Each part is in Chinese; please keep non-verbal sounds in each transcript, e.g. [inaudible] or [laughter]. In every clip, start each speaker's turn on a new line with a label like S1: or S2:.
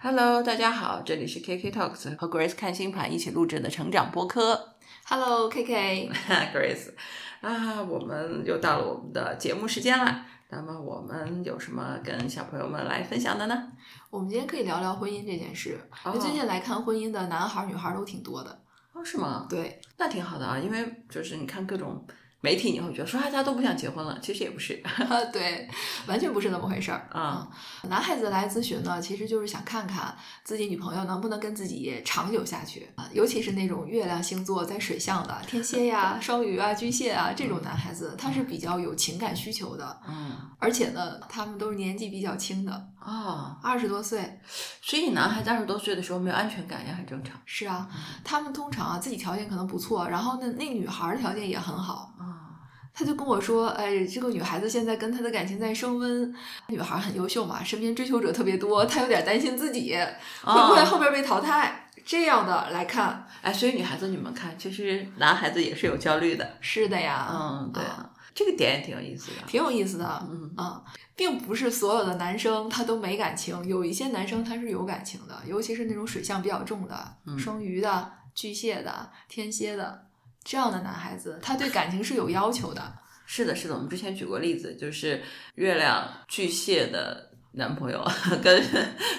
S1: Hello，大家好，这里是 KK Talks 和 Grace 看星盘一起录制的成长播客。
S2: Hello K K，
S1: [laughs]
S2: [laughs]
S1: Grace，啊， [laughs] 我们又到了我们的节目时间了。那么我们有什么跟小朋友们来分享的呢？
S2: 我们今天可以聊聊婚姻这件事。因为最近来看婚姻的男孩儿女孩儿都挺多的。
S1: 哦，是吗？
S2: 对， [laughs]
S1: 那挺好的啊，因为就是你看各种媒体，你会觉得说啊，大家都不想结婚了，其实也不是
S2: 对，完全不是那么回事儿。
S1: 啊。
S2: 男孩子来咨询呢，其实就是想看看自己女朋友能不能跟自己长久下去啊，尤其是那种月亮星座在水象的，天蝎呀、双鱼啊、巨蟹啊这种男孩子，他是比较有情感需求的，
S1: 嗯，
S2: 而且呢，他们都是年纪比较轻的，
S1: 哦，
S2: 二十多岁。
S1: 所以男孩子二十多岁的时候没有安全感也很正常。
S2: 是啊，他们通常啊自己条件可能不错，然后那那女孩儿条件也很好，
S1: 啊，
S2: 他就跟我说，哎，这个女孩子现在跟他的感情在升温，女孩很优秀嘛，身边追求者特别多，他有点担心自己会不会
S1: 哦
S2: 后边被淘汰。这样的来看，
S1: 哎，所以女孩子你们看，其实男孩子也是有焦虑的。
S2: 是的呀，
S1: 嗯，对
S2: 啊，
S1: 啊，这个点也挺有意思的。
S2: 挺有意思的啊、
S1: 嗯
S2: 并不是所有的男生他都没感情，有一些男生他是有感情的，尤其是那种水象比较重的，
S1: 嗯
S2: 双鱼的、巨蟹的、天蝎的这样的男孩子，他对感情是有要求的。
S1: 是的，是的，我们之前举过例子，就是月亮巨蟹的男朋友跟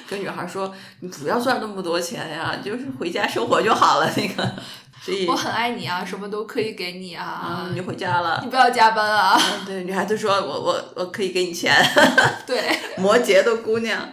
S1: 跟女孩说：“你不要赚那么多钱呀，就是回家生活就好了。”那个，所以
S2: 我很爱你啊，什么都可以给你啊
S1: 啊，，你回家了
S2: 你。不要加班啊，
S1: 嗯对，女孩子说：“我我我可以给你钱。
S2: 对。”
S1: 摩羯的姑娘，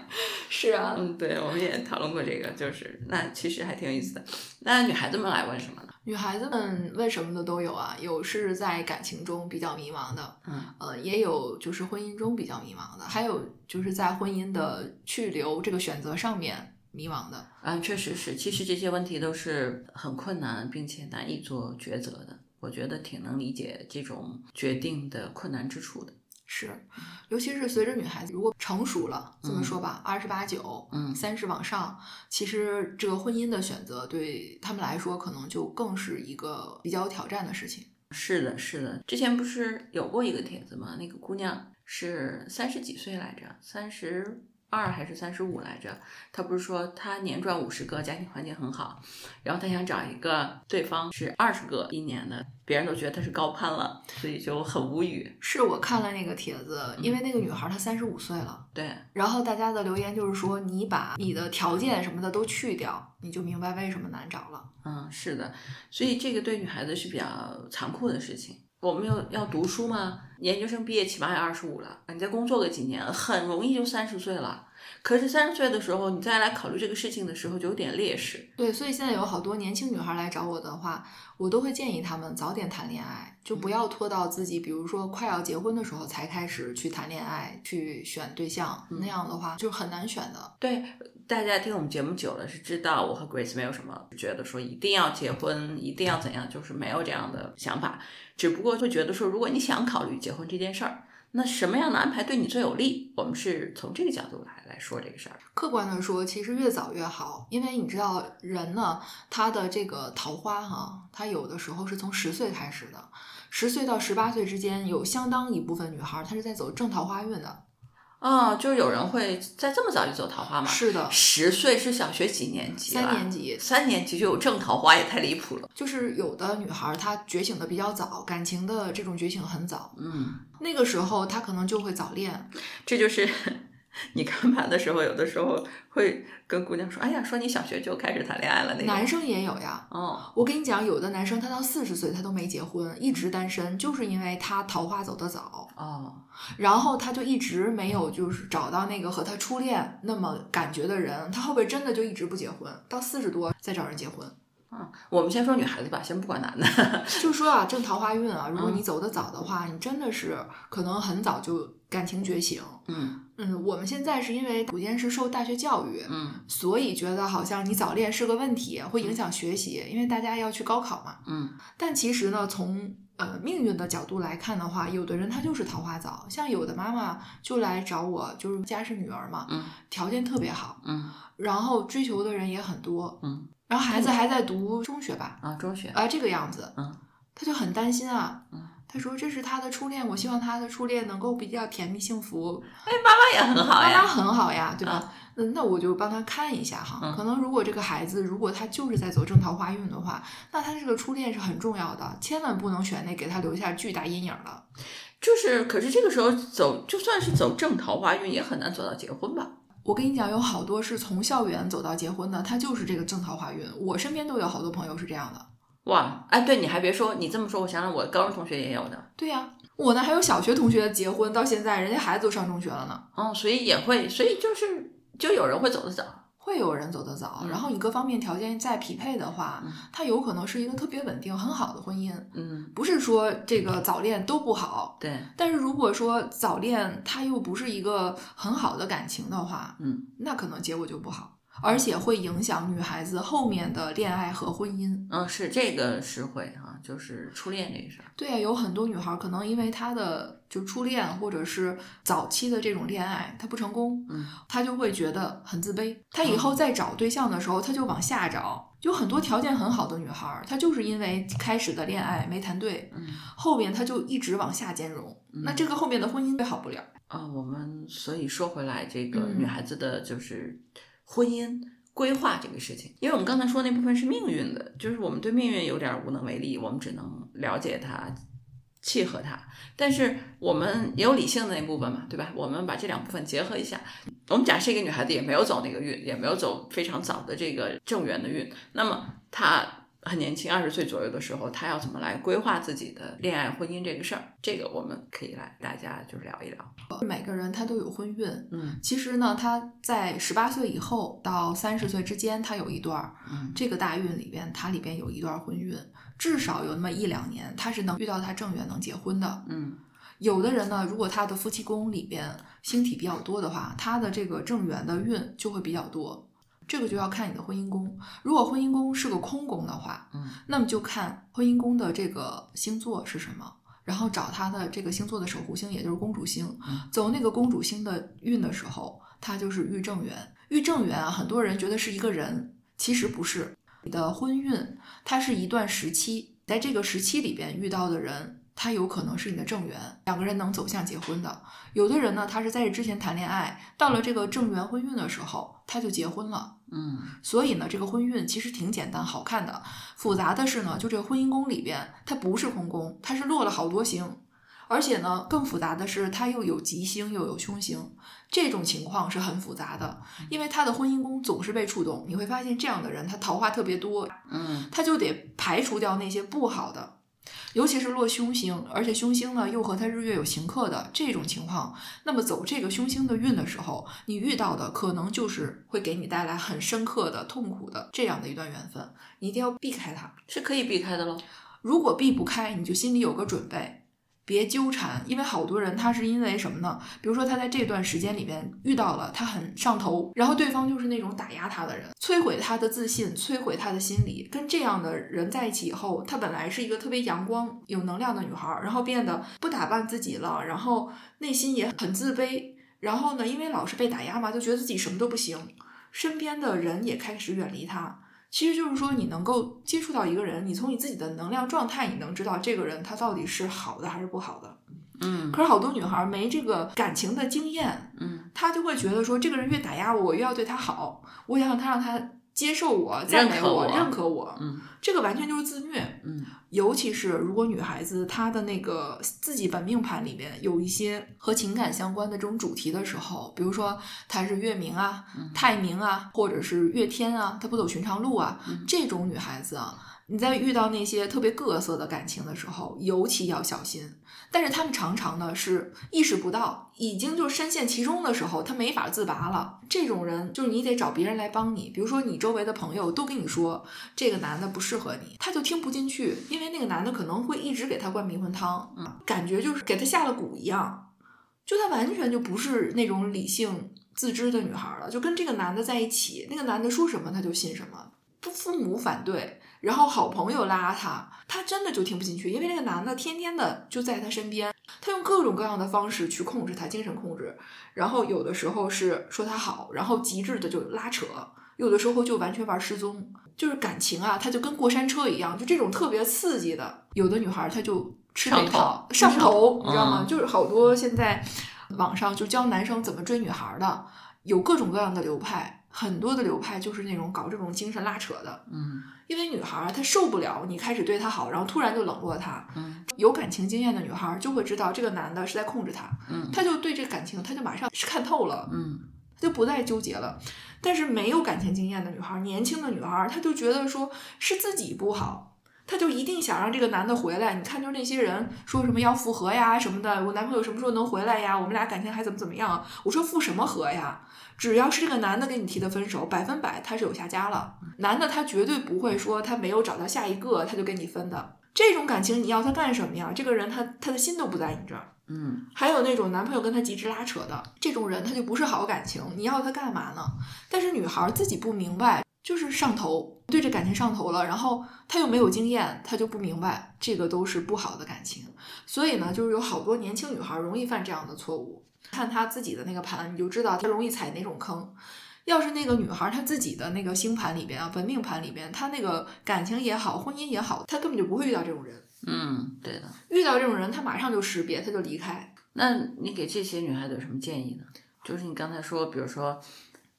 S2: 是啊，
S1: 嗯，对，我们也讨论过这个，就是那其实还挺有意思的。那女孩子们来问什么呢？
S2: 女孩子们问什么的都有啊，有是在感情中比较迷茫的，
S1: 嗯，
S2: 呃，也有就是婚姻中比较迷茫的，还有就是在婚姻的去留这个选择上面迷茫的。
S1: 啊，确实是，其实这些问题都是很困难，并且难以做抉择的。我觉得挺能理解这种决定的困难之处的。
S2: 是，尤其是随着女孩子如果成熟了，这么
S1: 嗯
S2: 说吧，二十八九，
S1: 嗯
S2: 三十往上，其实这个婚姻的选择对他们来说，可能就更是一个比较有挑战的事情。
S1: 是的，是的，之前不是有过一个帖子吗？那个姑娘是三十几岁来着，三十二还是三十五来着？她不是说她年赚五十个，家庭环境很好，然后她想找一个对方是二十个一年的，别人都觉得她是高攀了，所以就很无语。
S2: 是我看了那个帖子，
S1: 嗯
S2: 因为那个女孩她三十五岁了。
S1: 对，
S2: 然后大家的留言就是说，你把你的条件什么的都去掉，你就明白为什么难找了。
S1: 嗯，是的，所以这个对女孩子是比较残酷的事情。我们有要读书吗？研究生毕业起码也二十五了，你再工作个几年，很容易就三十岁了。可是三十岁的时候，你再来考虑这个事情的时候，就有点劣势。
S2: 对，所以现在有好多年轻女孩来找我的话，我都会建议她们早点谈恋爱，就不要拖到自己，比如说快要结婚的时候才开始去谈恋爱、去选对象，
S1: 嗯
S2: 那样的话就很难选的。
S1: 对，大家听我们节目久了是知道，我和 Grace 没有什么觉得说一定要结婚，一定要怎样，就是没有这样的想法。只不过会觉得说，如果你想考虑结婚这件事儿，那什么样的安排对你最有利？我们是从这个角度来来说这个事儿。
S2: 客观的说，其实越早越好，因为你知道人呢，他的这个桃花哈、他有的时候是从十岁开始的，十岁到十八岁之间，有相当一部分女孩她是在走正桃花运的。
S1: 哦，就是有人会在这么早就走桃花吗？
S2: 是的，
S1: 十岁啊是小学几年级？
S2: 三年。级
S1: 三年级就有正桃花，也太离谱了。
S2: 就是有的女孩儿她觉醒的比较早，感情的这种觉醒很早，
S1: 嗯，
S2: 那个时候她可能就会早恋。
S1: 这就是 [laughs] 你看盘的时候，有的时候会跟姑娘说：“哎呀，说你小学就开始谈恋爱了。”那
S2: 男
S1: 种。
S2: 生也有呀，
S1: 哦，
S2: 我跟你讲，有的男生他到四十岁他都没结婚，一直单身，就是因为他桃花走得早，
S1: 哦，
S2: 然后他就一直没有就是找到那个和他初恋那么感觉的人，他后边真的就一直不结婚，到四十多再找人结婚。
S1: 嗯，我们先说女孩子吧，先不管男的。 [laughs]
S2: 就说啊，正桃花运啊，如果
S1: 嗯
S2: 你走得早的话，你真的是可能很早就感情觉醒。
S1: 嗯
S2: 嗯，我们现在是因为普遍是受大学教育，
S1: 嗯
S2: 所以觉得好像你早恋是个问题，会影响学习，因为大家要去高考嘛。
S1: 嗯
S2: 但其实呢，从呃命运的角度来看的话，有的人他就是桃花早，像有的妈妈就来找我，就是家是女儿嘛，
S1: 嗯
S2: 条件特别好，
S1: 嗯
S2: 然后追求的人也很多，
S1: 嗯
S2: 然后孩子还在读中学吧，
S1: 啊，中学
S2: 啊、这个样子，
S1: 嗯，
S2: 他就很担心啊，
S1: 嗯，
S2: 他说这是他的初恋，我希望他的初恋能够比较甜蜜幸福。
S1: 哎，妈妈也很好
S2: 妈妈
S1: 呀，
S2: 啊很好呀，对吧？那那我就帮他看一下哈。
S1: 嗯
S2: 可能如果这个孩子如果他就是在走正桃花运的话，那他这个初恋是很重要的，千万不能选那给他留下巨大阴影了。
S1: 就是，可是这个时候走，就算是走正桃花运，也很难走到结婚吧？
S2: 我跟你讲，有好多是从校园走到结婚的，他就是这个正桃花运。我身边都有好多朋友是这样的。
S1: 哇，哎，对，你还别说，你这么说，我想想，我高中同学也有的，
S2: 对呀、我呢还有小学同学结婚到现在，人家孩子都上中学了呢。
S1: 哦，所以也会，所以就是，就有人会走得早，
S2: 会有人走得早，
S1: 嗯
S2: 然后你各方面条件再匹配的话
S1: 嗯，
S2: 他有可能是一个特别稳定、很好的婚姻。
S1: 嗯，
S2: 不是说这个早恋都不好，
S1: 对，
S2: 但是如果说早恋它又不是一个很好的感情的话，
S1: 嗯，
S2: 那可能结果就不好，而且会影响女孩子后面的恋爱和婚姻。
S1: 嗯，是这个是会啊，就是初恋这一事儿，
S2: 对啊，有很多女孩可能因为她的就初恋或者是早期的这种恋爱，她不成功，
S1: 嗯，
S2: 她就会觉得很自卑。她以后再找对象的时候，她就往下找。有很多条件很好的女孩，她就是因为开始的恋爱没谈对，
S1: 嗯，
S2: 后面她就一直往下兼容。那这个后面的婚姻也好不了。
S1: 啊、我们所以说回来，这个
S2: 嗯
S1: 女孩子的就是婚姻规划这个事情，因为我们刚才说那部分是命运的，就是我们对命运有点无能为力，我们只能了解它。契合它，但是我们也有理性的那部分嘛，对吧？我们把这两部分结合一下。我们假设一个女孩子也没有走那个运，也没有走非常早的这个正缘的运，那么她很年轻，二十岁左右的时候，她要怎么来规划自己的恋爱、婚姻这个事儿？这个我们可以来大家就是聊一聊。
S2: 每个人他都有婚运。
S1: 嗯
S2: 其实呢，他在十八岁以后到三十岁之间，他有一段儿
S1: 嗯
S2: 这个大运里边，它里边有一段婚运，至少有那么一两年，他是能遇到他正缘能结婚的。
S1: 嗯
S2: 有的人呢，如果他的夫妻宫里边星体比较多的话，他的这个正缘的运就会比较多。这个就要看你的婚姻宫，如果婚姻宫是个空宫的话，
S1: 嗯
S2: 那么就看婚姻宫的这个星座是什么，然后找他的这个星座的守护星，也就是公主星
S1: 嗯，
S2: 走那个公主星的运的时候，它就是遇正缘。遇正缘啊，很多人觉得是一个人，其实不是。你的婚运，它是一段时期，在这个时期里边遇到的人，他有可能是你的正缘，两个人能走向结婚的。有的人呢，他是在这之前谈恋爱，到了这个正缘婚运的时候，他就结婚了。
S1: 嗯
S2: 所以呢，这个婚运其实挺简单好看的。复杂的是呢，就这个婚姻宫里边，它不是空宫，它是落了好多星，而且呢，更复杂的是它又有吉星又有凶星，这种情况是很复杂的，因为他的婚姻宫总是被触动。你会发现这样的人，他桃花特别多，
S1: 嗯
S2: 他就得排除掉那些不好的。尤其是落凶星，而且凶星呢又和他日月有刑克的这种情况，那么走这个凶星的运的时候，你遇到的可能就是会给你带来很深刻的痛苦的这样的一段缘分，你一定要避开它。
S1: 是可以避开的喽。
S2: 如果避不开，你就心里有个准备，别纠缠，因为好多人他是因为什么呢？比如说他在这段时间里面遇到了他很上头，然后对方就是那种打压他的人，摧毁他的自信，摧毁他的心理。跟这样的人在一起以后，她本来是一个特别阳光、有能量的女孩，然后变得不打扮自己了，然后内心也很自卑。然后呢，因为老是被打压嘛，就觉得自己什么都不行，身边的人也开始远离她。其实就是说，你能够接触到一个人，你从你自己的能量状态，你能知道这个人他到底是好的还是不好的。
S1: 嗯
S2: 可是好多女孩没这个感情的经验，
S1: 嗯，
S2: 她就会觉得说，这个人越打压我，我越要对他好，我想让他让他接受我、赞美我、
S1: 认可我
S2: 认可我，
S1: 嗯
S2: 这个完全就是自虐。
S1: 嗯
S2: 尤其是如果女孩子她的那个自己本命盘里面有一些和情感相关的这种主题的时候，比如说她是月明啊
S1: 嗯、
S2: 太明啊，或者是月天啊，她不走寻常路啊
S1: 嗯，
S2: 这种女孩子啊，你在遇到那些特别各色的感情的时候，尤其要小心。但是她们常常呢是意识不到，已经就深陷其中的时候，她没法自拔了。这种人就是你得找别人来帮你，比如说你周围的朋友都跟你说，这个男的不适合你，他就听不进去，因为那个男的可能会一直给他灌迷魂汤，
S1: 嗯
S2: 感觉就是给他下了蛊一样，就他完全就不是那种理性自知的女孩了，就跟这个男的在一起，那个男的说什么他就信什么，不父母反对，然后好朋友拉他，他真的就听不进去，因为那个男的天天的就在他身边，他用各种各样的方式去控制他，精神控制，然后有的时候是说他好，然后极致的就拉扯，有的时候就完全玩失踪，就是感情啊，它就跟过山车一样，就这种特别刺激的，有的女孩她就吃
S1: 上
S2: 这
S1: 头
S2: 套
S1: 吃
S2: 上
S1: 上
S2: 头，
S1: 头
S2: 你知道吗？
S1: 嗯
S2: 就是好多现在网上就教男生怎么追女孩的，有各种各样的流派，很多的流派就是那种搞这种精神拉扯的，
S1: 嗯
S2: 因为女孩儿她受不了你开始对她好，然后突然就冷落她。
S1: 嗯
S2: 有感情经验的女孩儿就会知道这个男的是在控制她，
S1: 嗯
S2: 她就对这感情她就马上是看透了，
S1: 嗯
S2: 她就不再纠结了。但是没有感情经验的女孩儿，年轻的女孩儿，她就觉得说是自己不好，她就一定想让这个男的回来。你看，就那些人说什么要复合呀什么的，我男朋友什么时候能回来呀？我们俩感情还怎么怎么样啊？我说复什么合呀？只要是这个男的跟你提的分手，百分百他是有下家了。男的他绝对不会说他没有找到下一个他就跟你分的。这种感情你要他干什么呀？这个人他他的心都不在你这儿。
S1: 嗯
S2: 还有那种男朋友跟她极致拉扯的这种人，他就不是好感情，你要他干嘛呢？但是女孩自己不明白，就是上头，对这感情上头了，然后她又没有经验，她就不明白，这个都是不好的感情。所以呢，就是有好多年轻女孩容易犯这样的错误。看她自己的那个盘，你就知道她容易踩哪种坑。要是那个女孩她自己的那个星盘里边啊，本命盘里边，她那个感情也好，婚姻也好，她根本就不会遇到这种人。
S1: 嗯，对的。
S2: 遇到这种人，她马上就识别，她就离开。
S1: 那你给这些女孩子有什么建议呢？就是你刚才说，比如说，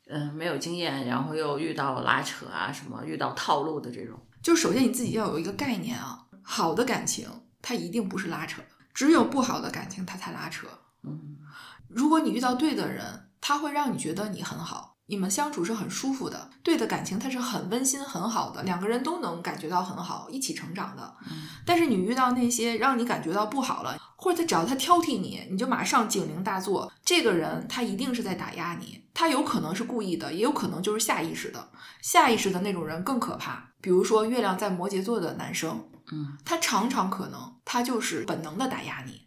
S1: 嗯，没有经验，然后又遇到拉扯啊，什么遇到套路的这种，
S2: 就首先你自己要有一个概念啊，好的感情它一定不是拉扯，只有不好的感情它才拉扯。
S1: 嗯
S2: 如果你遇到对的人，他会让你觉得你很好，你们相处是很舒服的。对的感情它是很温馨、很好的，两个人都能感觉到很好，一起成长的。
S1: 嗯
S2: 但是你遇到那些让你感觉到不好了，或者他只要他挑剔你，你就马上警铃大作。这个人他一定是在打压你，他有可能是故意的，也有可能就是下意识的。下意识的那种人更可怕。比如说月亮在摩羯座的男生，
S1: 嗯
S2: 他常常可能他就是本能的打压你。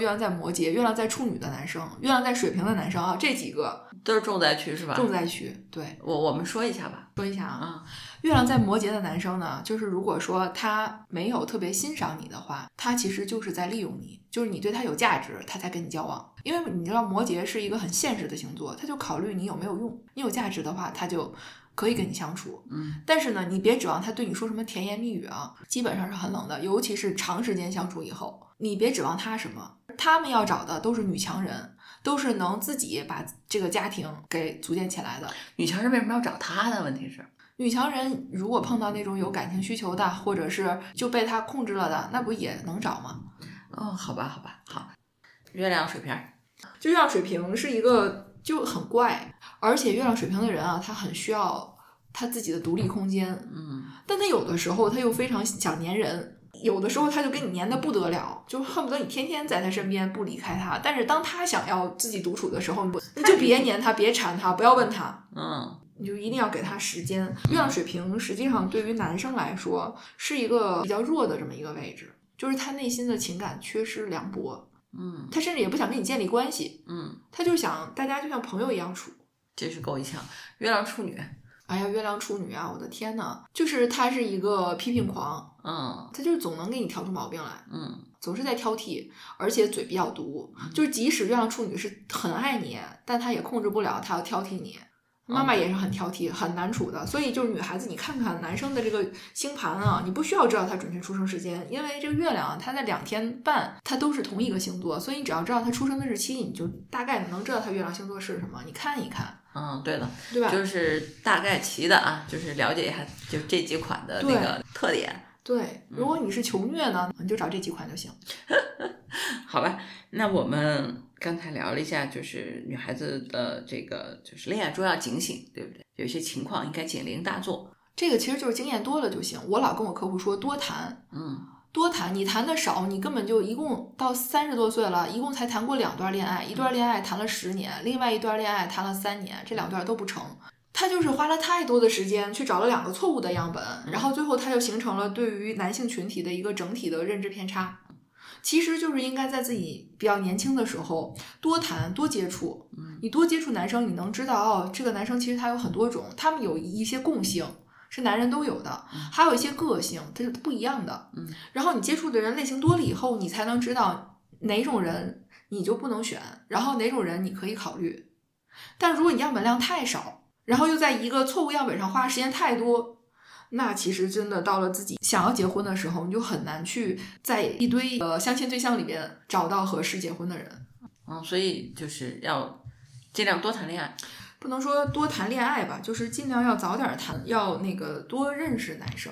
S2: 月亮在摩羯，月亮在处女的男生，月亮在水瓶的男生啊，这几个
S1: 都是重灾区是吧？
S2: 重灾区。对，
S1: 我我们说一下吧，
S2: 说一下啊，
S1: 啊，
S2: 月亮在摩羯的男生呢，就是如果说他没有特别欣赏你的话，他其实就是在利用你，就是你对他有价值，他才跟你交往。因为你知道摩羯是一个很现实的星座，他就考虑你有没有用，你有价值的话，他就可以跟你相处。
S1: 嗯
S2: 但是呢，你别指望他对你说什么甜言蜜语啊，基本上是很冷的，尤其是长时间相处以后，你别指望他什么，他们要找的都是女强人，都是能自己把这个家庭给组建起来的。
S1: 女强人为什么要找他呢？问题是，
S2: 女强人如果碰到那种有感情需求的，或者是就被他控制了的，那不也能找吗？
S1: 哦，好吧，好吧，好，月亮水瓶儿，
S2: 就月亮水瓶是一个就很怪，而且月亮水瓶的人啊，他很需要他自己的独立空间，
S1: 嗯
S2: 但他有的时候他又非常想粘人，有的时候他就跟你粘的不得了，就恨不得你天天在他身边不离开他。但是当他想要自己独处的时候，你不你就别粘他，别缠他，不要问他，
S1: 嗯
S2: 你就一定要给他时间。月亮水瓶实际上对于男生来说是一个比较弱的这么一个位置，就是他内心的情感缺失凉薄，
S1: 嗯
S2: 他甚至也不想跟你建立关系，
S1: 嗯，
S2: 他就想大家就像朋友一样处。
S1: 这是够一项。月亮处女，
S2: 哎呀，月亮处女啊，我的天呐，就是他是一个批评狂，
S1: 嗯
S2: 他就是总能给你挑出毛病来，
S1: 嗯
S2: 总是在挑剔，而且嘴比较毒。就是即使月亮处女是很爱你，但她也控制不了，她要挑剔你。妈
S1: 哦
S2: 妈也是很挑剔，很难处的。所以就是女孩子，你看看男生的这个星盘啊，你不需要知道他准确出生时间，因为这个月亮啊它在两天半，它都是同一个星座，所以你只要知道他出生的日期，你就大概能知道他月亮星座是什么。你看一看，
S1: 嗯，对的，
S2: 对吧？
S1: 就是大概齐的啊，就是了解一下，就这几款的那
S2: 对
S1: 个特点，
S2: 对。
S1: 嗯
S2: 如果你是求虐呢，你就找这几款就行。
S1: 好吧？那我们刚才聊了一下，就是女孩子的这个就是恋爱中要警醒，对不对？有一些情况应该警铃大作，
S2: 这个其实就是经验多了就行。我老跟我客户说多谈，
S1: 嗯
S2: 多谈，你谈的少，你根本就一共到三十多岁了，一共才谈过两段恋爱，一段恋爱谈了十年，另外一段恋爱谈了三年，这两段都不成。他就是花了太多的时间去找了两个错误的样本，然后最后他就形成了对于男性群体的一个整体的认知偏差。其实就是应该在自己比较年轻的时候多谈多接触，
S1: 嗯
S2: 你多接触男生，你能知道哦，这个男生其实他有很多种，他们有一些共性是男人都有的
S1: 嗯，
S2: 还有一些个性它是不一样的。
S1: 嗯
S2: 然后你接触的人类型多了以后，你才能知道哪种人你就不能选，然后哪种人你可以考虑。但如果你样本量太少，然后又在一个错误样本上花时间太多，那其实真的到了自己想要结婚的时候，你就很难去在一堆呃相亲对象里面找到合适结婚的人。
S1: 嗯，所以就是要尽量多谈恋爱。
S2: 不能说多谈恋爱吧，就是尽量要早点谈，要那个多认识男生，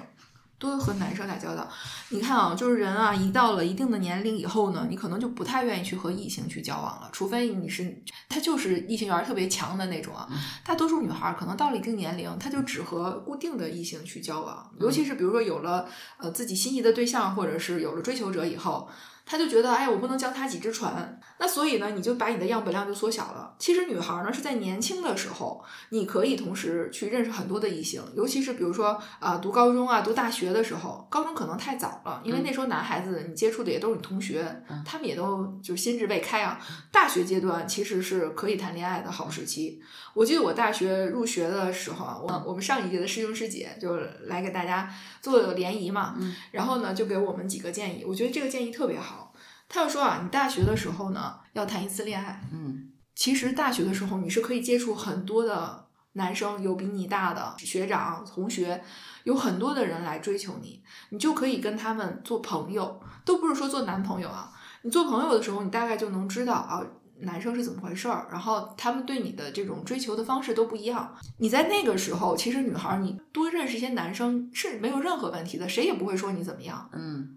S2: 多和男生打交道。你看啊，就是人啊，一到了一定的年龄以后呢，你可能就不太愿意去和异性去交往了，除非你是他就是异性缘特别强的那种啊。大多数女孩儿可能到了一定年龄，她就只和固定的异性去交往，尤其是比如说有了呃自己心仪的对象，或者是有了追求者以后，她就觉得哎，我不能将他几只船。那所以呢，你就把你的样本量就缩小了。其实女孩儿呢是在年轻的时候，你可以同时去认识很多的异性，尤其是比如说啊、读高中啊、读大学的时候，高中可能太早了，因为那时候男孩子你接触的也都是你同学，
S1: 嗯
S2: 他们也都就心智未开啊。大学阶段其实是可以谈恋爱的好时期。我记得我大学入学的时候啊，
S1: 嗯
S2: 我我们上一届的师兄师姐就来给大家做联谊嘛，
S1: 嗯
S2: 然后呢就给我们几个建议，我觉得这个建议特别好。他就说啊，你大学的时候呢要谈一次恋爱，
S1: 嗯
S2: 其实大学的时候，你是可以接触很多的男生，有比你大的学长、同学，有很多的人来追求你，你就可以跟他们做朋友，都不是说做男朋友啊。你做朋友的时候，你大概就能知道啊，男生是怎么回事儿，然后他们对你的这种追求的方式都不一样。你在那个时候，其实女孩儿你多认识一些男生是没有任何问题的，谁也不会说你怎么样。
S1: 嗯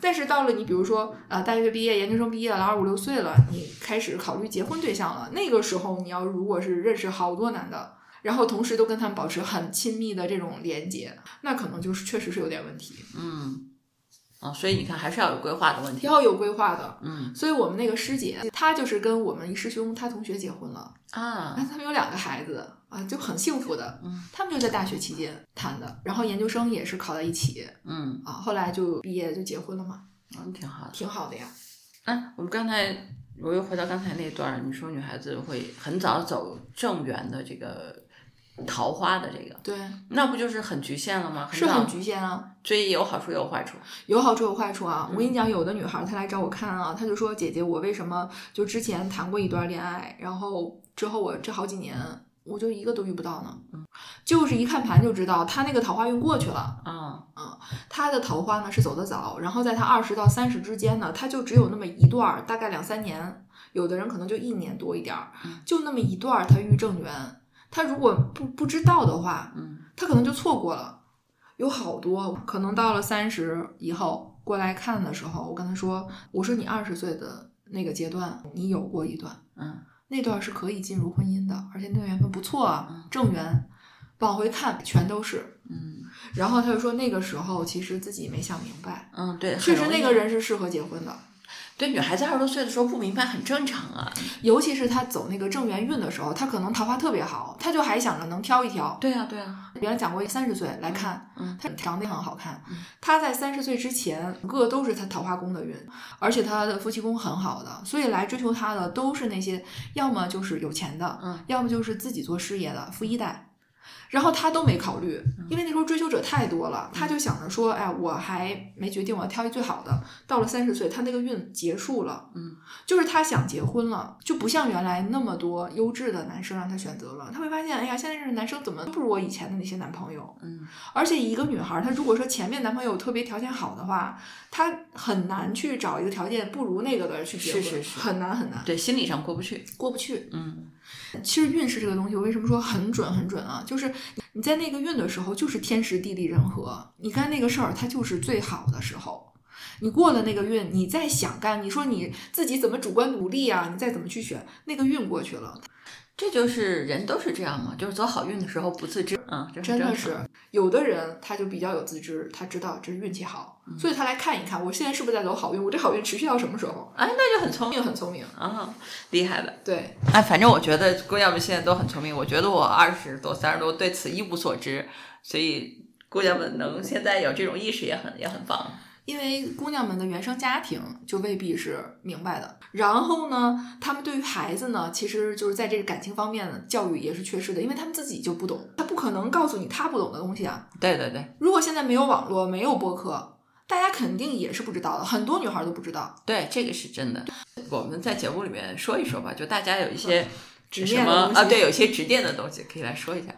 S2: 但是到了你比如说呃大学毕业、研究生毕业了，二五六岁了，你开始考虑结婚对象了。那个时候你要如果是认识好多男的，然后同时都跟他们保持很亲密的这种连接，那可能就是确实是有点问题，
S1: 嗯。哦，所以你看，还是要有规划的问题。
S2: 要有规划的。
S1: 嗯
S2: 所以我们那个师姐，她就是跟我们一师兄他同学结婚了，
S1: 啊
S2: 啊，，他们有两个孩子啊，就很幸福的。
S1: 嗯
S2: 他们就在大学期间谈的，然后研究生也是考在一起
S1: 嗯，
S2: 啊，后来就毕业就结婚了嘛，
S1: 嗯挺好的。
S2: 挺好的呀。
S1: 哎，我们刚才我又回到刚才那段儿，你说女孩子会很早走正缘的这个桃花的这个，
S2: 对，
S1: 那不就是很局限了吗？
S2: 是
S1: 早
S2: 很局限啊。
S1: 所以有好处也有坏处。
S2: 有好处有坏处啊！我跟你讲，有的女孩儿她来找我看啊，她就说：“姐姐，我为什么就之前谈过一段恋爱，然后之后我这好几年我就一个都遇不到呢？”就是一看盘就知道，她那个桃花运过去了。
S1: 啊，
S2: 她的桃花呢是走得早，然后在她二十到三十之间呢，她就只有那么一段儿，大概两三年，有的人可能就一年多一点儿
S1: 嗯，
S2: 就那么一段儿她遇正缘。她如果不不知道的话，
S1: 嗯
S2: 他可能就错过了。有好多可能到了三十以后过来看的时候，我跟他说：“我说你二十岁的那个阶段，你有过一段，
S1: 嗯
S2: 那段是可以进入婚姻的，而且那段缘分不错啊
S1: 嗯，
S2: 正缘。往回看全都是。
S1: 嗯
S2: 然后他就说那个时候其实自己没想明白，
S1: 嗯，对，
S2: 确
S1: 很
S2: 实
S1: 容
S2: 那
S1: 易
S2: 个人是适合结婚的，
S1: 对女孩子二十多岁的时候不明白很正常啊。
S2: 尤其是他走那个正缘运的时候，他可能桃花特别好，他就还想着能挑一挑。
S1: 对啊对啊，
S2: 原来讲过三十岁来看，
S1: 嗯
S2: 他长得很好看
S1: 嗯，
S2: 他在三十岁之前，整个都是他桃花宫的运，而且他的夫妻宫很好的，所以来追求他的都是那些要么就是有钱的，
S1: 嗯
S2: 要么就是自己做事业的富一代，然后他都没考虑，
S1: 嗯
S2: 因为那时候追求者太多了，他就想着说，哎，我还没决定，我要挑一最好的。到了三十岁，他那个运结束了，
S1: 嗯，
S2: 就是他想结婚了，就不像原来那么多优质的男生让他选择了，他会发现，哎呀，现在这男生怎么不如我以前的那些男朋友？
S1: 嗯
S2: 而且一个女孩儿，她如果说前面男朋友特别条件好的话，她很难去找一个条件不如那个的人去结婚，
S1: 是是是
S2: 很难很难
S1: 对，心理上过不去。
S2: 过不去。
S1: 嗯
S2: 其实运势这个东西，我为什么说很准很准啊？就是你在那个运的时候，就是天时地利人和，你干那个事儿，它就是最好的时候。你过了那个运，你再想干，你说你自己怎么主观努力啊？你再怎么去选，那个运过去了，
S1: 这就是人都是这样嘛，就是走好运的时候不自知，嗯，这很
S2: 真的
S1: 正常
S2: 是，有的人他就比较有自知，他知道这是运气好，所以他来看一看，我现在是不是在走好运？我这好运持续到什么时候？
S1: 哎，那就很聪明
S2: 也很聪明，
S1: 啊，厉害的。
S2: 对，
S1: 哎，反正我觉得姑娘们现在都很聪明。我觉得我二十多、三十多对此一无所知，所以姑娘们能现在有这种意识也很也很棒。
S2: 因为姑娘们的原生家庭就未必是明白的。然后呢，他们对于孩子呢，其实就是在这个感情方面呢，教育也是缺失的，因为他们自己就不懂，他不可能告诉你他不懂的东西啊。
S1: 对对对，
S2: 如果现在没有网络，没有播客，大家肯定也是不知道的，很多女孩都不知道。
S1: 对，这个是真的。我们在节目里面说一说吧，就大家有一些
S2: 执
S1: 什
S2: 念的
S1: 么啊
S2: 东西
S1: 啊，对，有一些执念的东西可以来说一下。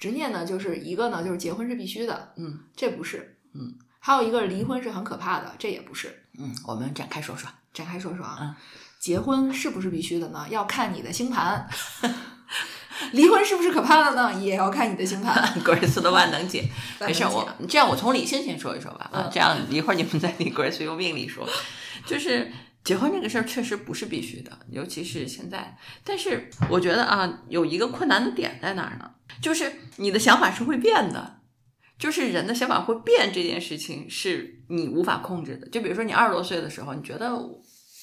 S2: 执念呢，就是一个呢，就是结婚是必须的，
S1: 嗯，
S2: 这不是，
S1: 嗯，
S2: 还有一个离婚是很可怕的，这也不是。
S1: 嗯，我们展开说说。
S2: 展开说说啊，
S1: 嗯
S2: 结婚是不是必须的呢？要看你的星盘。 [laughs] 离婚是不是可怕的呢？也要看你的星盘。
S1: 果然苏德万能解，[laughs]
S2: 咱
S1: 没
S2: 们
S1: 事，我
S2: 讲
S1: 这样我从理性先说一说吧。啊
S2: 嗯，
S1: 这样一会儿你们在你个人随有命里说，就是结婚这个事儿确实不是必须的，尤其是现在。但是我觉得啊，有一个困难的点在哪儿呢？就是你的想法是会变的，就是人的想法会变这件事情是你无法控制的。就比如说你二十多岁的时候，你觉得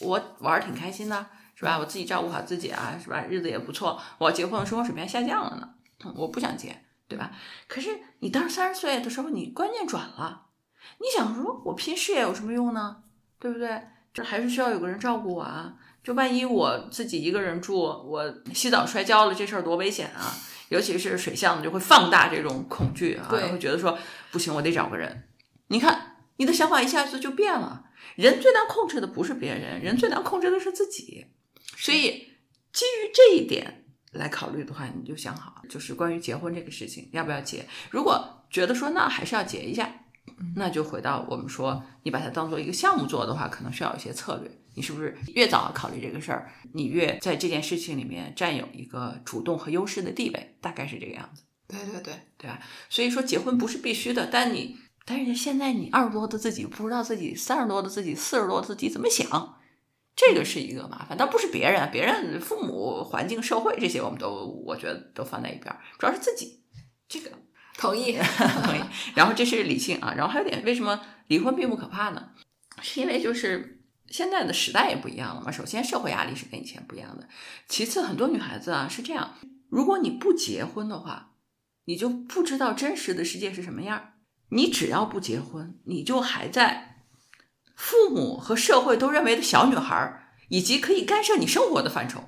S1: 我玩儿挺开心的，是吧？我自己照顾好自己啊，是吧？日子也不错，我结婚生活水平还下降了呢，嗯我不想结，对吧？可是你到三十岁的时候，你观念转了，你想说我拼事业有什么用呢？对不对？这还是需要有个人照顾我啊。就万一我自己一个人住，我洗澡摔跤了，这事儿多危险啊！尤其是水象的，就会放大这种恐惧啊，
S2: 对
S1: 会觉得说不行，我得找个人。你看，你的想法一下子就变了。人最难控制的不是别人，人最难控制的是自己。所以基于这一点来考虑的话，你就想好，就是关于结婚这个事情要不要结。如果觉得说那还是要结一下，那就回到我们说，你把它当做一个项目做的话，可能需要有一些策略。你是不是越早考虑这个事儿，你越在这件事情里面占有一个主动和优势的地位，大概是这个样子。
S2: 对对对，
S1: 所以说结婚不是必须的，但你但是现在你二十多的自己不知道自己三十多的自己四十多的自己怎么想，这个是一个麻烦，倒不是别人，啊别人父母、环境、社会这些我们都我觉得都放在一边儿，主要是自己这个
S2: 同意。
S1: [laughs] 同意。然后这是理性啊，然后还有点为什么离婚并不可怕呢？是因为就是现在的时代也不一样了嘛。首先社会压力是跟以前不一样的，其次很多女孩子啊是这样，如果你不结婚的话，你就不知道真实的世界是什么样儿。你只要不结婚，你就还在父母和社会都认为的小女孩儿，以及可以干涉你生活的范畴。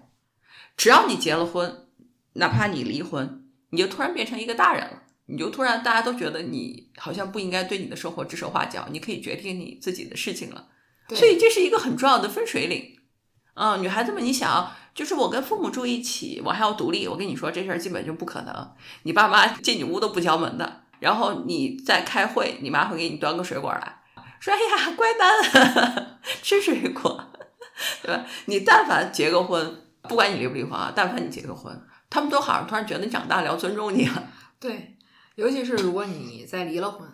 S1: 只要你结了婚，哪怕你离婚，你就突然变成一个大人了，你就突然大家都觉得你好像不应该对你的生活指手画脚，你可以决定你自己的事情了。
S2: [laughs] 对
S1: 所以这是一个很重要的分水岭。嗯，女孩子们，你想，就是我跟父母住一起，我还要独立，我跟你说这事儿基本就不可能。你爸妈 [laughs] 进你屋都不敲门的，然后你在开会，你妈会给你端个水果来，说：“哎呀，乖丹， [laughs] 吃水果。” [laughs] 对吧？你但凡结个婚，不管你离不离婚啊，但凡你结个婚，他们都好像突然觉得你长大了要尊重你了。
S2: 对，尤其是如果你在离了婚，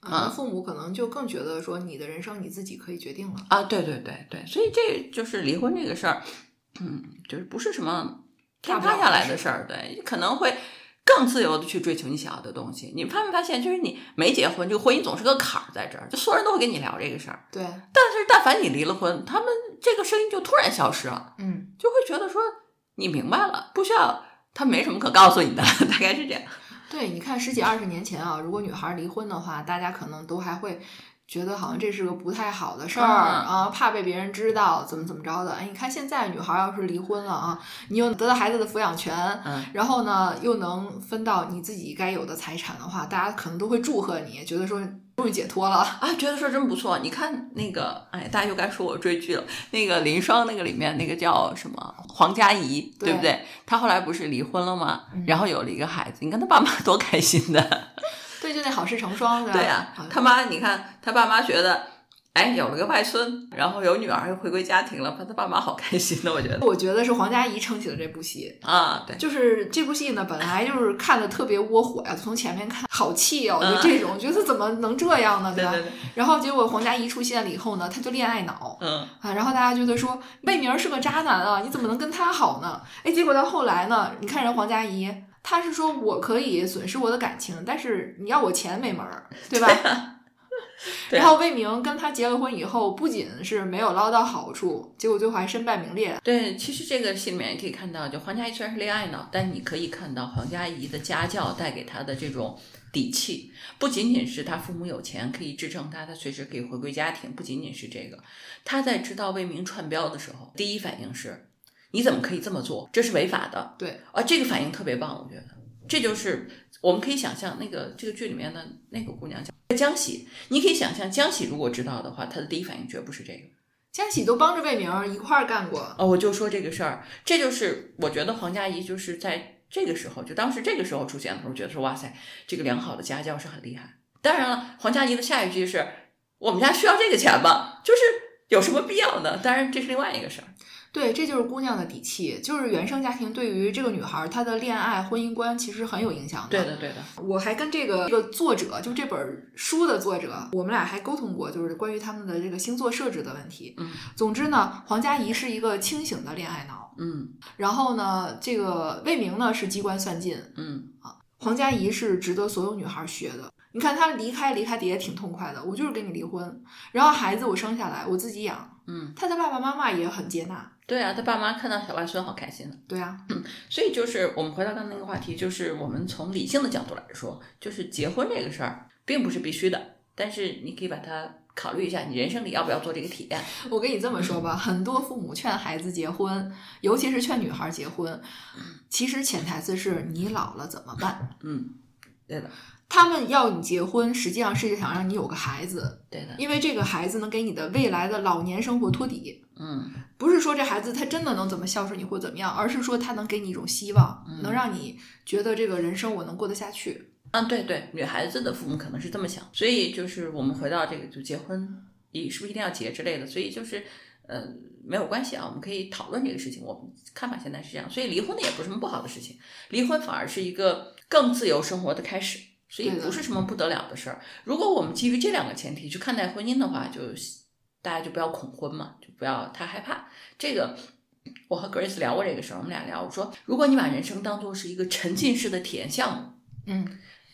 S2: 啊，那
S1: 嗯
S2: 父母可能就更觉得说你的人生你自己可以决定了。
S1: 啊，对对对对，所以这就是离婚这个事儿，嗯，就是不是什么天塌下来的事儿，对，你可能会更自由的去追求你想要的东西。你发没发现，就是你没结婚，这个婚姻总是个坎儿在这儿，就所有人都会跟你聊这个事儿，
S2: 对，
S1: 但是但凡你离了婚，他们这个声音就突然消失了，
S2: 嗯，
S1: 就会觉得说你明白了，不需要他没什么可告诉你的， [laughs] 大概是这样。
S2: 对，你看十几二十年前啊，如果女孩离婚的话，大家可能都还会。觉得好像这是个不太好的事儿、
S1: 嗯
S2: 啊，怕被别人知道，怎么怎么着的。哎，你看现在女孩要是离婚了啊，你又得到孩子的抚养权，
S1: 嗯
S2: 然后呢又能分到你自己该有的财产的话，大家可能都会祝贺你，觉得说终于解脱了。 [laughs]
S1: 啊，觉得说真不错。你看那个，哎，大家又该说我追剧了。那个林双那个里面那个叫什么黄嘉怡，对不
S2: 对
S1: 对？她后来不是离婚了吗
S2: 嗯？
S1: 然后有了一个孩子，你看她爸妈 [laughs] 多开心的。
S2: 对，就那好事成双的。
S1: 对啊呀、
S2: 啊好
S1: 他妈，你看他爸妈觉得，哎，有了个外孙，然后有女儿又回归家庭了，他爸妈好开心的，我觉得
S2: 我觉得是黄嘉怡撑起了这部戏。
S1: 啊，对。
S2: 就是这部戏呢，本来就是看的特别窝火呀，从前面看好气哦，
S1: 嗯
S2: 就这种，觉得怎么能这样呢，
S1: 对
S2: 吧？
S1: 对对，
S2: 然后结果黄嘉怡出现了以后呢，她就恋爱脑
S1: 嗯，
S2: 啊，然后大家就在说魏明儿是个渣男啊，你怎么能跟他好呢？哎，结果到后来呢，你看人黄嘉怡，她是说我可以损失我的感情，但是你要我钱没门儿，对吧？ [laughs]
S1: 对
S2: 然后魏明跟她结了婚以后，不仅是没有捞到好处，结果最后还身败名裂，
S1: 对，其实这个戏里面也可以看到，就黄嘉怡虽然是恋爱脑，但你可以看到黄嘉怡的家教带给她的这种底气，不仅仅是她父母有钱可以支撑她，她随时可以回归家庭，不仅仅是这个，她在知道魏明串标的时候，第一反应是你怎么可以这么做？这是违法的。
S2: 对，
S1: 啊，这个反应特别棒，我觉得这就是我们可以想象那个这个剧里面的那个姑娘叫江喜，你可以想象江喜如果知道的话，她的第一反应绝不是这个。
S2: 江喜都帮
S1: 呃
S2: 着魏明儿一块儿干过，
S1: 哦，我就说这个事儿，这就是我觉得黄嘉怡就是在这个时候就当时这个时候出现的时候，觉得说哇塞，这个良好的家教是很厉害。当然了，黄佳怡的下一句是：“我们家需要这个钱吗？”就是有什么必要呢？当然这是另外一个事儿。
S2: 对，这就是姑娘的底气，就是原生家庭对于这个女孩她的恋爱、婚姻观其实很有影响的。
S1: 对的，对的。
S2: 我还跟这个这个作者，就这本书的作者，我们俩还沟通过，就是关于他们的这个星座设置的问题。
S1: 嗯
S2: 总之呢，黄佳怡是一个清醒的恋爱脑，
S1: 嗯
S2: 然后呢，这个魏明呢是机关算尽，
S1: 嗯，
S2: 黄佳怡是值得所有女孩学的。你看她离开离开的也挺痛快的，我就是跟你离婚，然后孩子我生下来我自己养，
S1: 嗯，
S2: 她的爸爸妈妈也很接纳，
S1: 对啊，他爸妈看到小外孙好开心啊。
S2: 对啊，
S1: 所以就是我们回到刚才那个话题，就是我们从理性的角度来说，就是结婚这个事儿并不是必须的，但是你可以把它考虑一下，你人生里要不要做这个体验。
S2: 我跟你这么说吧，很多父母劝孩子结婚，尤其是劝女孩结婚，其实潜台词是你老了怎么办？
S1: 嗯，对的，
S2: 他们要你结婚，实际上是想让你有个孩子，
S1: 对的，
S2: 因为这个孩子能给你的未来的老年生活托底。
S1: 嗯
S2: 不是说这孩子他真的能怎么孝顺你或怎么样，而是说他能给你一种希望，
S1: 嗯
S2: 能让你觉得这个人生我能过得下去。
S1: 啊，对对，女孩子的父母可能是这么想，所以就是我们回到这个，就结婚，你是不是一定要结之类的，所以就是。呃，没有关系啊，我们可以讨论这个事情。我们看法现在是这样，所以离婚呢也不是什么不好的事情，离婚反而是一个更自由生活的开始，所以
S2: 对的
S1: 不是什么不得了的事儿。如果我们基于这两个前提去看待婚姻的话，就大家就不要恐婚嘛，就不要太害怕。这个我和 Grace 聊过这个事儿，我们俩聊，我说如果你把人生当做是一个沉浸式的体验项目，
S2: 嗯，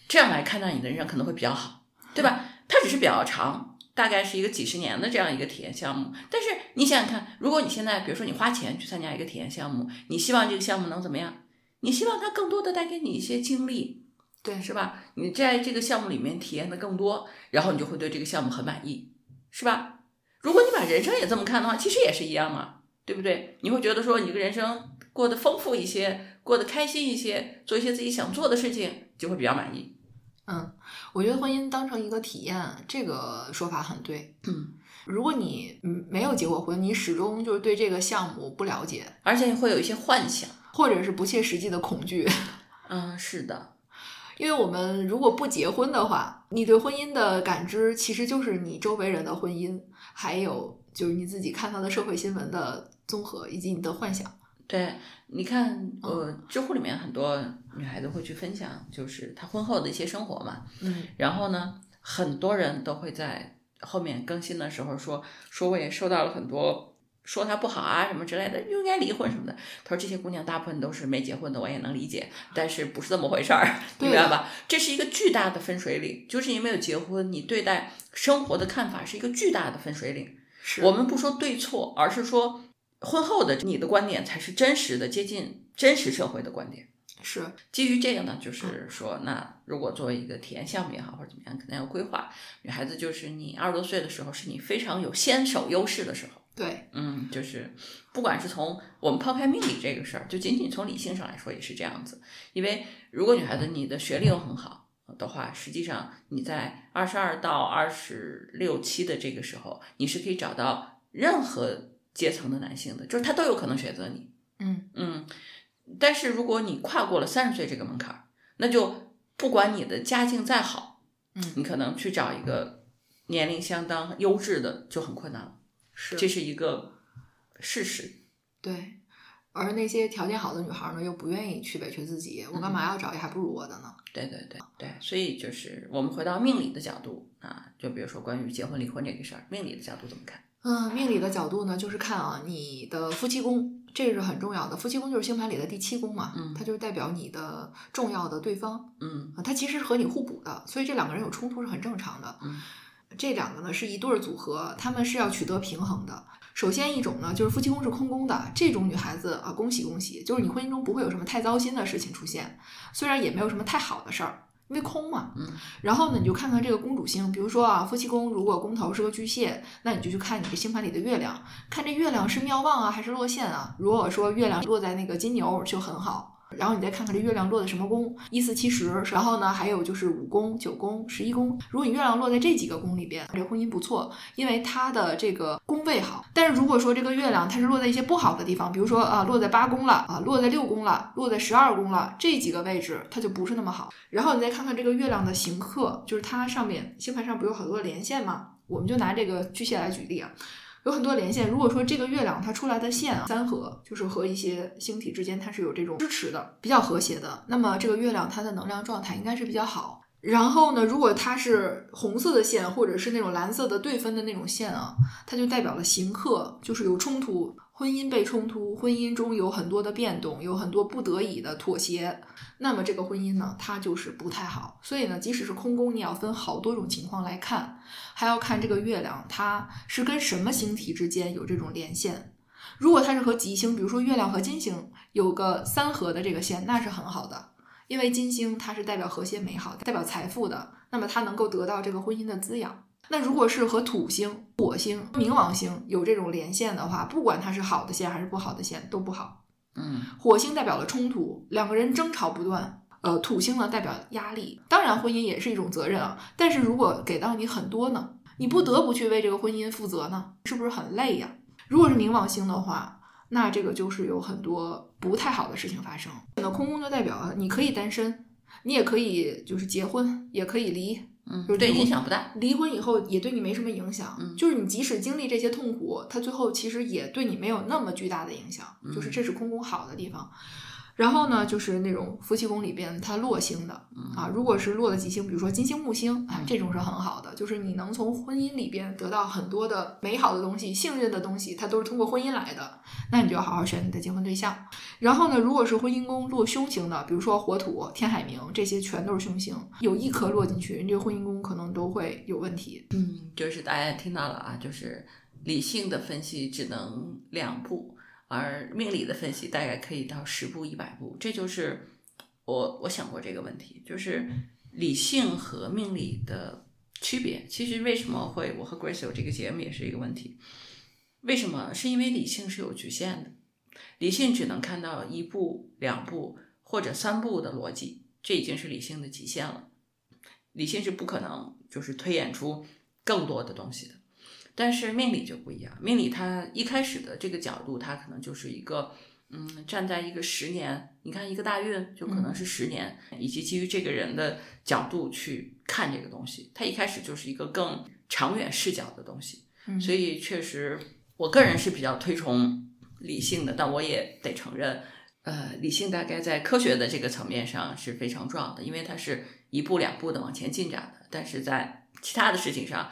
S1: 这样来看待你的人生可能会比较好，对吧？它只是比较长，大概是一个几十年的这样一个体验项目。但是你想想看，如果你现在比如说你花钱去参加一个体验项目，你希望这个项目能怎么样？你希望它更多的带给你一些经历，
S2: 对，
S1: 是吧？你在这个项目里面体验的更多，然后你就会对这个项目很满意，是吧？如果你把人生也这么看的话，其实也是一样嘛，对不对？你会觉得说你这个人生过得丰富一些，过得开心一些，做一些自己想做的事情，就会比较满意。
S2: 嗯，我觉得婚姻当成一个体验，这个说法很对。
S1: 嗯，
S2: [clears throat] 如果你嗯没有结过婚，你始终就是对这个项目不了解，
S1: 而且会有一些幻想。
S2: 或者是不切实际的恐惧， [laughs]
S1: 嗯，是的，
S2: 因为我们如果不结婚的话，你对婚姻的感知其实就是你周围人的婚姻，还有就是你自己看到的社会新闻的综合，以及你的幻想。
S1: 对，你看，呃，知乎里面很多女孩子会去分享，就是她婚后的一些生活嘛。
S2: 嗯，
S1: 然后呢，很多人都会在后面更新的时候说，说我也收到了很多说她不好啊什么之类的，应该离婚什么的。她说这些姑娘大部分都是没结婚的，我也能理解，但是不是这么回事儿，你
S2: 对
S1: 明白
S2: 的
S1: 吧？这是一个巨大的分水岭，就是你没有结婚，你对待生活的看法是一个巨大的分水岭。
S2: 是
S1: 我们不说对错，而是说婚后的你的观点才是真实的，接近真实社会的观点。
S2: 是
S1: 基于这个呢，就是说，那如果作为一个体验项目也好，或者怎么样，可能要规划。女孩子就是你二十多岁的时候，是你非常有先手优势的时候。
S2: 对，
S1: 嗯，就是不管是从我们抛开命理这个事儿，就仅仅从理性上来说也是这样子。因为如果女孩子你的学历又很好的话，实际上你在二十二到二十六七的这个时候，你是可以找到任何阶层的男性的，就是他都有可能选择你。
S2: 嗯
S1: 嗯，但是如果你跨过了三十岁这个门槛儿，那就不管你的家境再好，
S2: 嗯
S1: 你可能去找一个年龄相当优质的就很困难了。
S2: 是
S1: 这是一个事实。
S2: 对。而那些条件好的女孩呢，又不愿意去委屈自己，我干嘛要找一个还不如我的呢？
S1: 对对对对，所以就是我们回到命理的角度啊，就比如说关于结婚离婚这个事儿，命理的角度怎么看？
S2: 嗯，命理的角度呢，就是看啊，你的夫妻宫，这是很重要的。夫妻宫就是星盘里的第七宫嘛，
S1: 嗯
S2: 它就是代表你的重要的对方
S1: 嗯
S2: 啊，它其实是和你互补的，所以这两个人有冲突是很正常的。
S1: 嗯
S2: 这两个呢是一对儿组合，他们是要取得平衡的。首先一种呢，就是夫妻宫是空宫的这种女孩子啊，恭喜恭喜，就是你婚姻中不会有什么太糟心的事情出现，虽然也没有什么太好的事儿，因为空嘛。
S1: 嗯。
S2: 然后呢，你就看看这个公主星，比如说啊，夫妻宫如果宫头是个巨蟹，那你就去看你这星盘里的月亮，看这月亮是妙望啊还是落陷啊。如果说月亮落在那个金牛就很好，然后你再看看这月亮落在什么宫，一四七十，然后呢还有就是五宫、九宫、十一宫。如果你月亮落在这几个宫里边，这婚姻不错，因为它的这个宫位好。但是如果说这个月亮它是落在一些不好的地方，比如说啊落在八宫了啊，落在六宫了，落在十二宫了，这几个位置它就不是那么好。然后你再看看这个月亮的行克，就是它上面星盘上不是有好多连线吗？我们就拿这个巨蟹来举例啊。有很多连线。如果说这个月亮它出来的线啊，三合，就是和一些星体之间它是有这种支持的，比较和谐的，那么这个月亮它的能量状态应该是比较好。然后呢，如果它是红色的线，或者是那种蓝色的对分的那种线啊，它就代表了行克，就是有冲突，婚姻被冲突，婚姻中有很多的变动，有很多不得已的妥协。那么这个婚姻呢，它就是不太好。所以呢，即使是空宫，你也要分好多种情况来看，还要看这个月亮它是跟什么星体之间有这种连线。如果它是和吉星，比如说月亮和金星有个三合的这个线，那是很好的。因为金星它是代表和谐美好，代表财富的，那么它能够得到这个婚姻的滋养。那如果是和土星、火星、冥王星有这种连线的话，不管它是好的线还是不好的线都不好。
S1: 嗯，
S2: 火星代表了冲突，两个人争吵不断。呃，土星呢代表压力，当然婚姻也是一种责任啊。但是如果给到你很多呢，你不得不去为这个婚姻负责呢，是不是很累呀、如果是冥王星的话，那这个就是有很多不太好的事情发生。那空宫就代表啊，你可以单身，你也可以就是结婚，也可以离，
S1: 嗯
S2: 就，是
S1: 对，
S2: 离婚
S1: 影响不大。
S2: 离婚以后也对你没什么影响，
S1: 嗯
S2: 就是你即使经历这些痛苦，它最后其实也对你没有那么巨大的影响，
S1: 嗯
S2: 就是这是空宫好的地方。然后呢，就是那种夫妻宫里边它落星的啊，如果是落的吉星，比如说金星、木星啊，
S1: 嗯
S2: 这种是很好的，就是你能从婚姻里边得到很多的美好的东西、幸运的东西，它都是通过婚姻来的。那你就要好好选你的结婚对象。然后呢，如果是婚姻宫落凶星的，比如说火土、天海冥，这些全都是凶星，有一颗落进去，你这个婚姻宫可能都会有问题。
S1: 嗯， [clears throat] 就是大家听到了啊，就是理性的分析只能两步，而命理的分析大概可以到十步、一百步。这就是我我想过这个问题，就是理性和命理的区别。其实为什么会我和 Grace 有这个节目也是一个问题，为什么？是因为理性是有局限的，理性只能看到一步、两步或者三步的逻辑，这已经是理性的极限了。理性是不可能就是推演出更多的东西的。但是命理就不一样，命理它一开始的这个角度，它可能就是一个，嗯，站在一个十年，你看一个大运就可能是十年，以及基于这个人的角度去看这个东西，它一开始就是一个更长远视角的东西。
S2: 嗯
S1: 所以确实，我个人是比较推崇理性的，但我也得承认，呃，理性大概在科学的这个层面上是非常重要的，因为它是一步两步的往前进展的。但是在其他的事情上，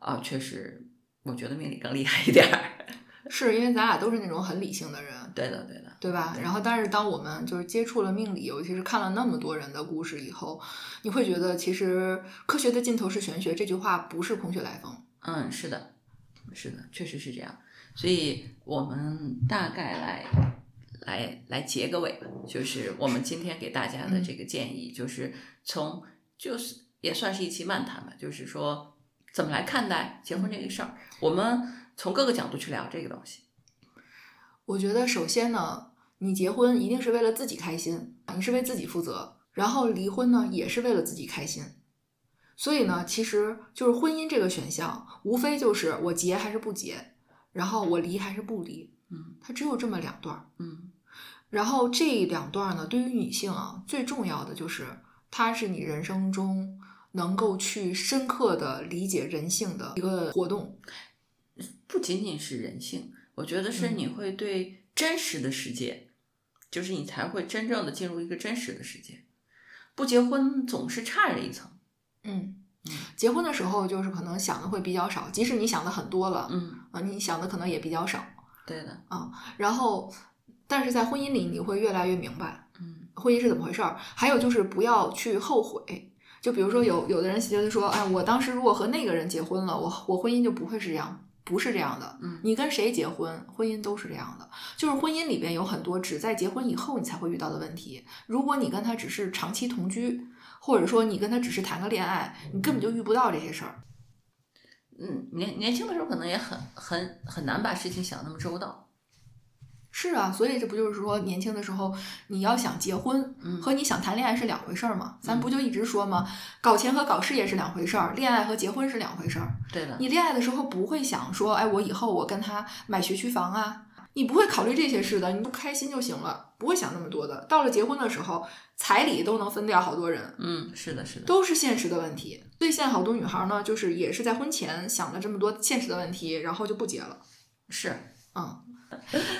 S1: 啊、确实，我觉得命理更厉害一点儿。 [laughs]
S2: 是因为咱俩都是那种很理性的人，
S1: 对的，对的，
S2: 对吧？然后，但是当我们就是接触了命理，尤其是看了那么多人的故事以后，你会觉得其实科学的尽头是玄学这句话不是空穴来风。
S1: 嗯，是的，是的，确实是这样。所以我们大概来来来结个尾吧，就是我们今天给大家的这个建议，就是从就是也算是一期漫谈吧，就是说怎么来看待结婚这个事儿，我们从各个角度去聊这个东西。
S2: 我觉得首先呢，你结婚一定是为了自己开心，你是为自己负责；然后离婚呢，也是为了自己开心。所以呢，其实就是婚姻这个选项，无非就是我结还是不结，然后我离还是不离，
S1: 嗯
S2: 它只有这么两段儿。
S1: 嗯
S2: 然后这两段呢，对于女性啊，最重要的就是它是你人生中能够去深刻的理解人性的一个活动。
S1: 不仅仅是人性，我觉得是
S2: 嗯
S1: 你会对真实的世界，就是你才会真正的进入一个真实的世界。不结婚总是差着一层。
S2: 嗯
S1: 嗯，
S2: 结婚的时候就是可能想的会比较少，即使你想的很多了，
S1: 嗯，
S2: 啊，你想的可能也比较少。
S1: 对的，
S2: 然后，但是在婚姻里你会越来越明白
S1: 嗯
S2: 婚姻是怎么回事儿。还有就是不要去后悔。就比如说有有的人觉得说，哎，我当时如果和那个人结婚了，我我婚姻就不会是这样，不是这样的。
S1: 嗯
S2: 你跟谁结婚，婚姻都是这样的，就是婚姻里边有很多只在结婚以后你才会遇到的问题。如果你跟他只是长期同居，或者说你跟他只是谈个恋爱，你根本就遇不到这些事儿。
S1: 嗯，年年轻的时候可能也很很很难把事情想那么周到。
S2: 是啊，所以这不就是说，年轻的时候你要想结婚，
S1: 嗯
S2: 和你想谈恋爱是两回事儿吗？咱
S1: 嗯
S2: 不就一直说吗？搞钱和搞事业是两回事儿，恋爱和结婚是两回事儿。
S1: 对的，
S2: 你恋爱的时候不会想说，哎，我以后我跟他买学区房啊，你不会考虑这些事的，你就开心就行了，不会想那么多的。到了结婚的时候，彩礼都能分掉好多人，
S1: 嗯，是的，是的，
S2: 都是现实的问题。所以现在好多女孩呢，就是也是在婚前想了这么多现实的问题，然后就不结了。
S1: 是，
S2: 嗯，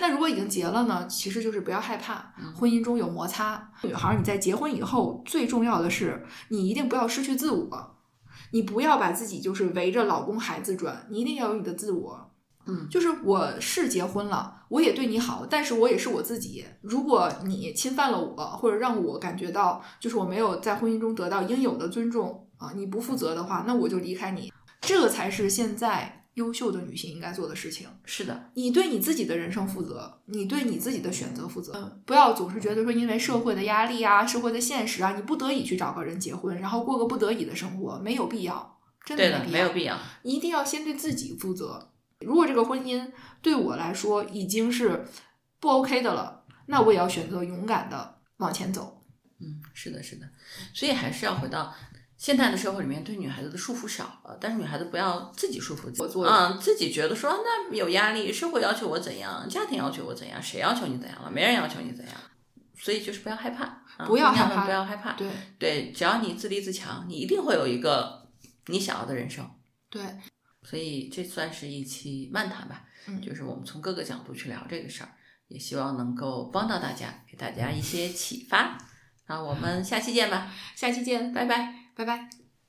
S2: 那如果已经结了呢，其实就是不要害怕
S1: 嗯，
S2: 婚姻中有摩擦。女孩，你在结婚以后，最重要的是你一定不要失去自我，你不要把自己就是围着老公孩子转，你一定要有你的自我。
S1: 嗯
S2: 就是我是结婚了，我也对你好，但是我也是我自己。如果你侵犯了我，或者让我感觉到就是我没有在婚姻中得到应有的尊重啊，你不负责的话，那我就离开你。这个才是现在优秀的女性应该做的事情。
S1: 是的，
S2: 你对你自己的人生负责，你对你自己的选择负责。嗯，不要总是觉得说因为社会的压力啊、社会的现实啊，你不得已去找个人结婚，然后过个不得已的生活，没有必要，真
S1: 对
S2: 的
S1: 的，没有必要，
S2: 你一定要先对自己负责。如果这个婚姻对我来说已经是不 OK 的了，那我也要选择勇敢的往前走。
S1: 嗯，是的，是的，所以还是要回到现代的社会里面，对女孩子的束缚少了，但是女孩子不要自己束缚自
S2: 我
S1: 己，
S2: 做
S1: 嗯，自己觉得说那有压力，社会要求我怎样，家庭要求我怎样，谁要求你怎样了，没人要求你怎样，所以就是不要害怕，啊
S2: 不要
S1: 姑娘
S2: 害
S1: 们
S2: 怕
S1: 不要害怕，
S2: 对
S1: 对，只要你自立自强，你一定会有一个你想要的人生。
S2: 对，
S1: 所以这算是一期漫谈吧，
S2: 嗯，
S1: 就是我们从各个角度去聊这个事儿，也希望能够帮到大家，给大家一些启发。那我们下期见吧，
S2: 下期见，
S1: 拜拜。
S2: 拜拜。